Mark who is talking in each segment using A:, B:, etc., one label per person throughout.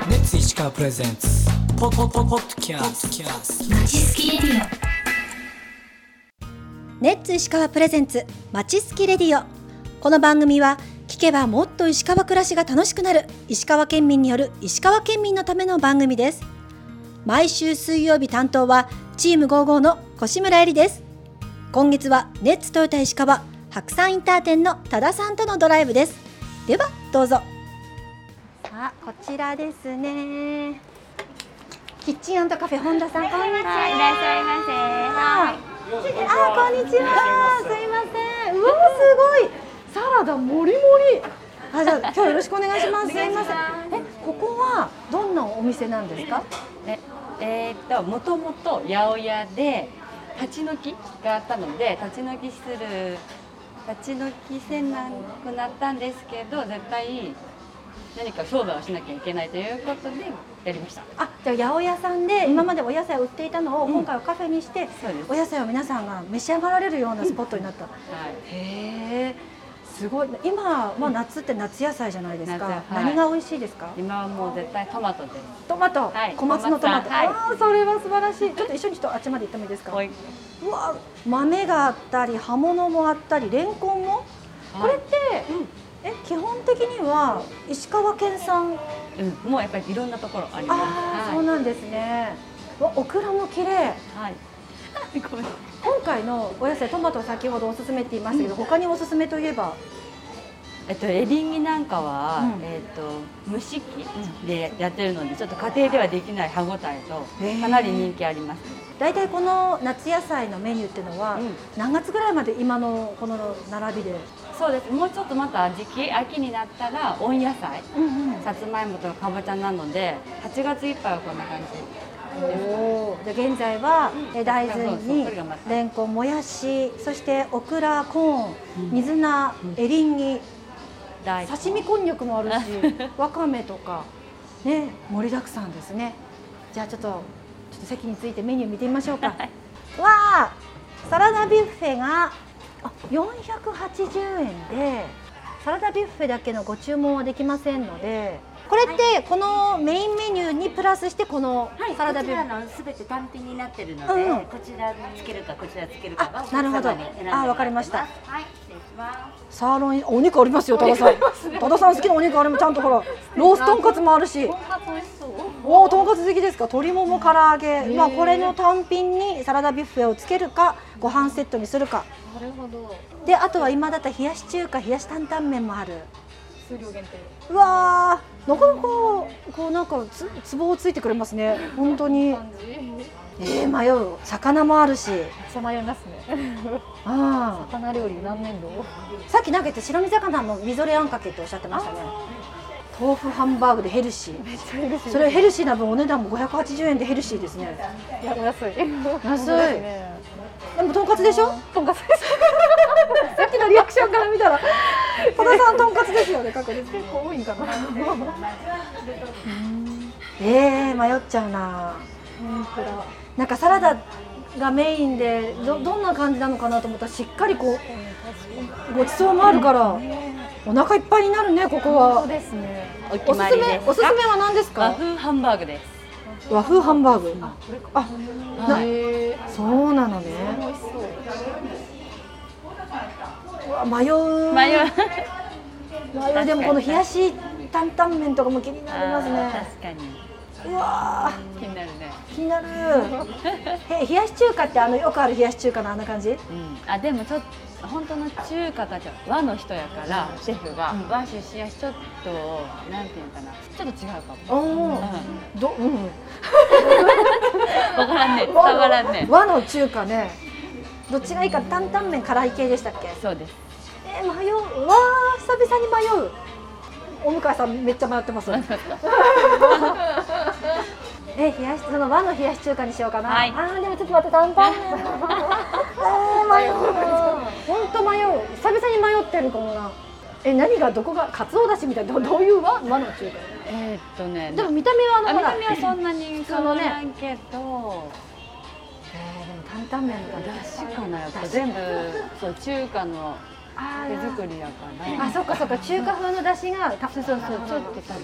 A: ープレゼンツポポポポッドキャスト
B: レッツ石川プレゼンツまちすきレディオこの番組は聞けばもっと石川暮らしが楽しくなる石川県民による石川県民のための番組です毎週水曜日担当はチーム55の越村恵里です今月はレッツトヨタ石川白山インター店の多田さんとのドライブですではどうぞさあこちらですねキッチンカフェ本田さんこんにち
C: はい、い
B: は
C: らっしゃいませ。はい。
B: あ、こんにちは。すいません。うわ、すごい。サラダもりもり。あ、じゃあ、今日よろしくお願いします。すいません。え、ここはどんなお店なんですか。
C: え、えーっと、もともと八百屋で立ち退きがあったので、立ち退きする。立ち退きせなくなったんですけど、絶対。何か商売をしなきゃいけないということで、やりました。
B: あ、じゃあ、八百屋さんで、今までお野菜を売っていたのを、今回はカフェにして。
C: そうです。
B: お
C: はい。
B: 野菜を皆さんが召し上がられるようなスポットになった。へえ。すごい。今は夏って夏野菜じゃないですか。
C: 夏はい
B: 何が美味しいですか。
C: 今はもう絶対トマトです。
B: トマト、
C: はい
B: 小松のトマト。
C: 小松菜はい
B: ああ、それは素晴らしい。ちょっと一緒にちょっとあっちまで行ってもいいですか。
C: こういう
B: うわ豆があったり葉物もあったりレンコンもこれっ
C: は
B: て、え基本的には石川県産
C: いうん、もうやっぱりいろんなところあります。
B: ああ、そう
C: は
B: なんですねうわオクラも綺麗
C: い。 はい。ごめん
B: 今回のお野菜トマト先ほどおすすめって言いましたけど、他におすすめといえば
C: えっと、エリンギなんかは、
B: うん
C: えっと、蒸し器でやってるのでちょっと家庭ではできない歯ごたえと
B: へー
C: かなり人気あります、
B: 大体この夏野菜のメニューっていうのは、
C: うん
B: 何月ぐらいまで今のこの並びで、
C: そうですもうちょっとまた時期秋になったら温野菜さつまいもとかぼちゃなので8月いっぱいはこんな感じ
B: おお、で現在は、え大豆
C: そうそう
B: に
C: それがまた
B: レンコン、もやし、そしてオクラ、コー
C: う
B: ン、
C: ん
B: 水菜、エリンギ、
C: 大
B: 刺身こんにゃくもある し、わかめとかね盛りだくさんですね。じゃあちょっとちょっと席についてメニュー見てみましょうか。わあ、サラダビュッフェがあ480円でサラダビュッフェだけのご注文はできませんので。これってこのメインメニューにプラスしてこの
D: はい、
B: サラダ
D: こ
B: ビュ
D: ち
B: ッフェ
D: らのすべて単品になってるので、
B: うん
D: こちらつけるかこちらつけるかは
B: あ
D: お、客
B: なるほど
D: 様に選んでもらってます。
B: あ、わかりました。
D: はい、失礼します。
B: サーロイン、お肉ありますよ、多田さん。多田さん好きな お肉あれもちゃんとほら、ロースとんかつもあるし。おお、とんかつ好きですか、鶏もも唐揚げ、まあ、これの単品にサラダビュッフェをつけるか、ご飯セットにするか。で、あとは今だったら冷やし中華、冷やし担々麺もある。数量限定。うわー、なかなか、こうなんか、つ、つぼをついてくれますね、本当に。えー、迷う、魚もあるし。
E: さまよいますね。
B: ああ。
E: 魚料理何年度？
B: さっき投げて白身魚もみぞれあんかけっておっしゃってましたね豆腐ハンバーグでヘルシーそれヘルシーな分お値段も580円でヘルシーですね
E: いや安い。
B: 安い
E: 本当ですね
B: でもとんかつでしょ
E: とんかつです。
B: さっきのリアクションから見たら多田さんとんかつですよね確実に
E: 結構多いんかな。
B: えー、迷っちゃうななんかサラダがメインでどどんな感じなのかなと思ったらしっかりこうごちそうもあるからお腹いっぱいになるねここ
E: そう
B: は
E: ですね。
C: お
B: お
C: 決
B: す
C: ますりで
B: めおすすめは何です
C: 和
B: か
C: 風ハンバーグです
B: 和風ハンバーグあな
E: へえ。
B: そうなのね。
E: 美味しそう。
B: うわ迷う。
C: 迷う
B: 迷う。でもこの冷やし担々麺とかも気になります
C: あー
B: ね。
C: 確かに
B: うわ
C: 気になるね
B: ー気になる。え冷やし中華ってあのよくある冷やし中華のあんな感じ？
C: うんあでもちょっと本当の中華がちょ和の人やからシェフが、和出身やしちょっとなんていうのかなちょっと違うかも
B: おお
C: うん
B: どうん。
C: わからんね伝わらんね
B: 和の中華ね。どっちがいいか担々麺辛い系でしたっけ？
C: そうです
B: えー迷う。うわー久々に迷う。お向かいさんめっちゃ迷ってます。 え冷やしその和の冷やし中華にしようかな。
C: はい
B: あーでもちょっと待って担々 麺。えー迷う。本当迷う。久々に迷ってるこのな。え何がどこがカツオだしみたいなどどういう和和の中華。
C: えーっとね
B: でも見た目はあ
C: あ
B: の
C: 見
B: ほら。
C: た目はそんなに変わらんけ
B: え
C: ど、
B: ーでも担々麺だね。
C: だしかなやっぱ全部そう中華の
E: 手作りだから
B: あ、そっかそっか、中華風の出汁が、たそうそうそう、ちょっと食べじゃ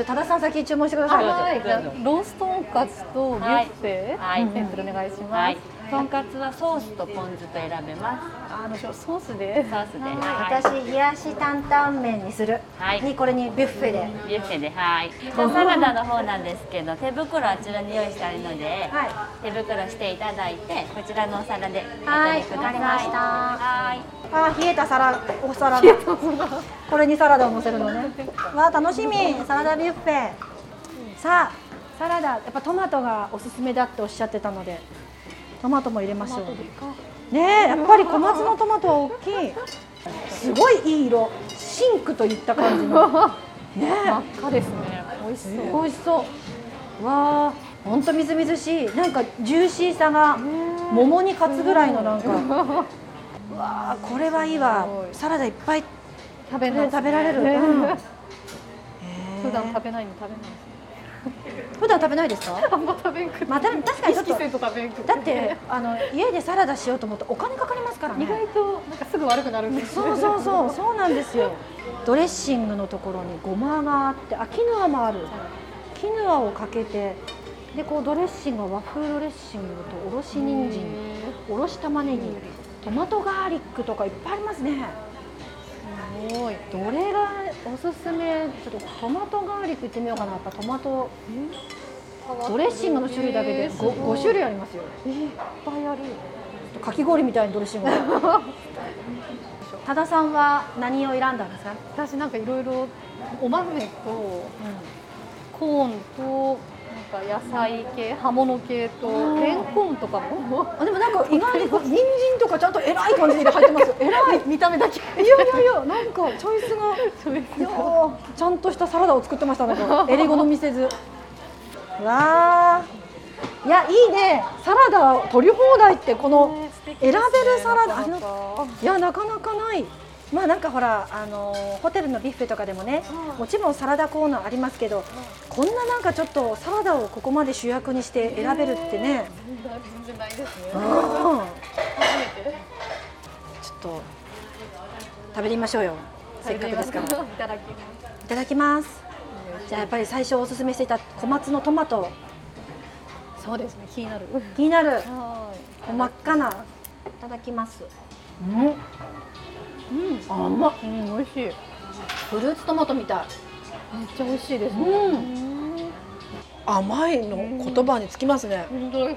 B: あ、多田さん先注文してください。
E: はい、じゃあローストンカツとビュッフェ、
C: はいはい
E: セットでお願いします。
C: はい、とんかつはソースとポン酢と選べます。
E: あのソースで
C: ソースで。はい。
B: 私、冷やし担々麺にする。
C: はい
B: に、これにビュッフェで。
C: ビュッフェで、はい。サラダの方なんですけど、手袋あちらに用意してあるので、
B: は
C: 手袋していただいて、こちらのお皿でお
B: は
C: 食
B: い
C: べください。
B: わかりました
C: はい。
B: あー、冷えた皿、お皿だ。これにサラダを乗せるのね。わあ、楽しみ、サラダビュッフェ。さあ、サラダ、やっぱトマトがおすすめだっておっしゃってたので。トマトも入れましょう。ねえ、やっぱり小松のトマトは大きい。すごいいい色、シンクといった感じ の。ねえ
E: 真っ。赤ですね。美味しそう。
B: 美味しそう。わあ、本当みずみずしい、なんかジューシーさが桃に勝つぐらいのなんか。わあ、これはいいわ
E: すごい。
B: サラダいっぱい
E: 食べ
B: これ食べられる。
E: ね
B: うんへえ
E: 普段食べないの食べないです。
B: 普段食べないですか
E: あ？んま食べんくて。
B: まあ、た確かに
E: 意
B: ちょっと
E: 識。せんと食べんくて。
B: だってあの家でサラダしようと思ってお金かかりますからね
E: 意。外となんかすぐ悪くなるんですよ
B: そうそうそうそうなんですよ。ドレッシングのところにごまがあって、あキヌアもある。キヌアをかけて、でこうドレッシングは和風ドレッシングとおろし人参、おろし玉ねぎ、トマトガーリックとかいっぱいありますね。
E: すごい。
B: どれがおすすめ？ちょっとトマトガーリックいってみようかな。やっぱトマトドレッシングの種類だけで 5,
E: 五
B: 種
E: 種類
B: 類ありますよ。
E: えーいっぱいある。
B: かき氷みたいにドレッシングが。 多田さんは何を選んだんですか？
E: 私なんかいろいろお豆とコーンとなんか野菜系、葉物系とレンコンとかも。
B: あでもなんか意外にこう人参とかちゃんと偉い感じで入ってます よ。偉い見た目だけ。いやいやいやなんかチョイスが
E: そういう
B: いやーちゃんとしたサラダを作ってましたね。こ れえり好みせず。わあ。いやいいね。サラダ取り放題ってこの選べるサラダ。あのいやなかなかない。まあなんかほらあのーホテルのビュッフェとかでもね、もちろんサラダコーナーありますけど、こんななんかちょっとサラダをここまで主役にして選べるってね。
E: 全然ないですね。
B: うんちょっと食べてみましょうよ。せっかくですから。
E: いただきます。
B: いただきます。じゃあやっぱり最初おすすめしていた小松のトマト
E: そうですね、気になる。
B: 気になる
E: は
B: 真っ赤な。いただきます。うん。うん。甘っ。
E: い。うん、美味しい。めっ
B: フルーツトマトみたい。
E: ちゃ美味しいですね。
B: うん。甘いの言葉につきますね。
E: 本当ですね。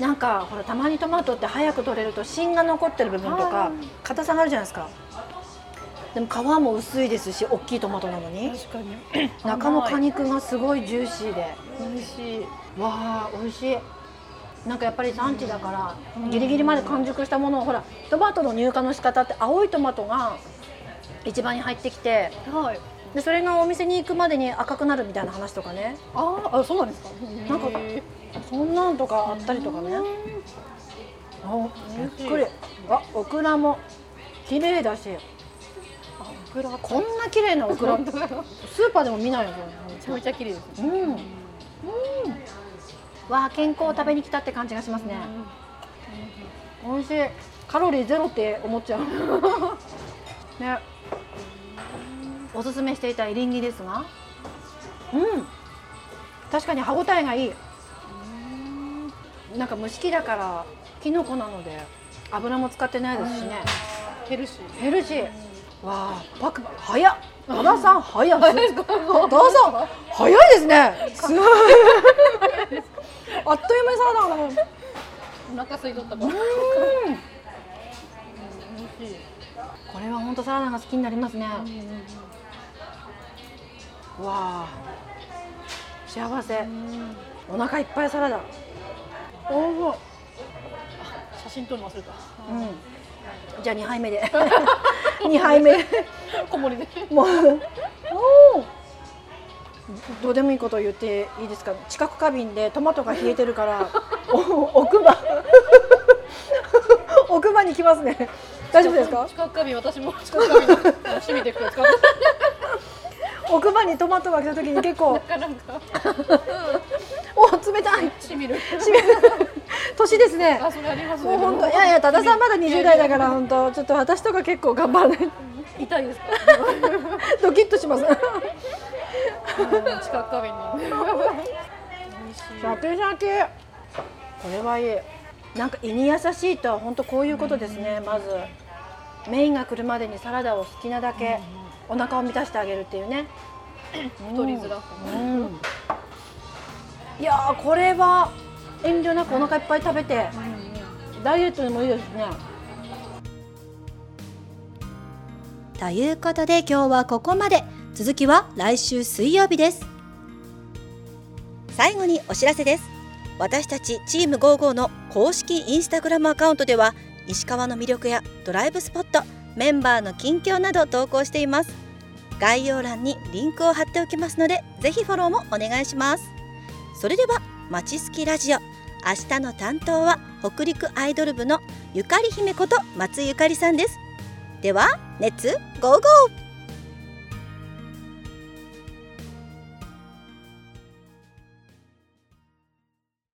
B: なんかほらたまにトマトって早く取れると芯が残ってる部分と
E: は
B: か
E: い
B: 硬さがあるじゃないですか。でも皮も薄いですし大きいトマトなのに
E: 確かに。
B: 中の果肉がすごいジューシーで。
E: 美味しい。
B: わあ美味しいなんかやっぱり産地だからギリギリまで完熟したものをほらトマトの入荷の仕方って青いトマトが市場に入ってきて
E: はい。
B: でそれがお店に行くまでに赤くなるみたいな話とかね
E: あーあ、そうなんですか。
B: なんか
E: へ
B: そんなんとかあったりとかねあびっくりあオクラも綺麗だし
E: ー、あ、オクラ。
B: こんな綺麗なオクラスーパーでも見ないよね
E: めちゃめちゃ綺麗ですね。
B: うん、うん、わあ健康を食べに来たって感じがしますね、美味しいカロリーゼロって思 っちゃうねおすすめしていたエリンギですがうん確かに歯ごたえがいいなんか蒸し器だからきのこなので油も使ってないですしね
E: ヘルシー。
B: ヘルシーわあパクパク早っ多田さん早いです多田さん早いですねすごいあっという間にサラダがなくなる
E: お腹空いとったから。美味しい。
B: これは本当サラダが好きになりますね。わあ、幸せ。お腹いっぱいサラダ。おお。
E: 写真撮るの忘れた。
B: うん。じゃあ二杯目で。二杯目。
E: 小盛りで。
B: もう。おお。どうでもいいこと言っていいですか。近く花瓶でトマトが冷えてるから。お奥歯。 奥歯に来ますね。大丈夫ですか。
E: 近く髪、私も近く髪の趣味でこう使って。
B: 奥歯にトマトが来た時に結構
E: な。んかなんか
B: お冷たい。
E: しみる。
B: 閉めるト年ですね
E: あ、それありますね。
B: もう本当いやいや多田さんまだ20代だから本当ちょっと私とか結構頑張らない
E: 痛 いですか。
B: ドキッとします
E: 地下壁に。
B: シャキシャキこれはいいなんか胃に優しいとは本当こういうことですね、まずメインが来るまでにサラダを好きなだけお腹を満たしてあげるっていうね、
E: 太りづらく。
B: うんいやーこれは遠慮なくお腹いっぱい食べて、ダイエットにもいいですね
F: ということで今日はここまで続きは来週水曜日です最後にお知らせです私たちチーム55の公式インスタグラムアカウントでは石川の魅力やドライブスポットメンバーの近況など投稿しています概要欄にリンクを貼っておきますのでぜひフォローもお願いしますそれではまちすきラジオ明日の担当は北陸アイドル部のゆかり姫こと松井ゆかりさんですでは熱ゴーゴー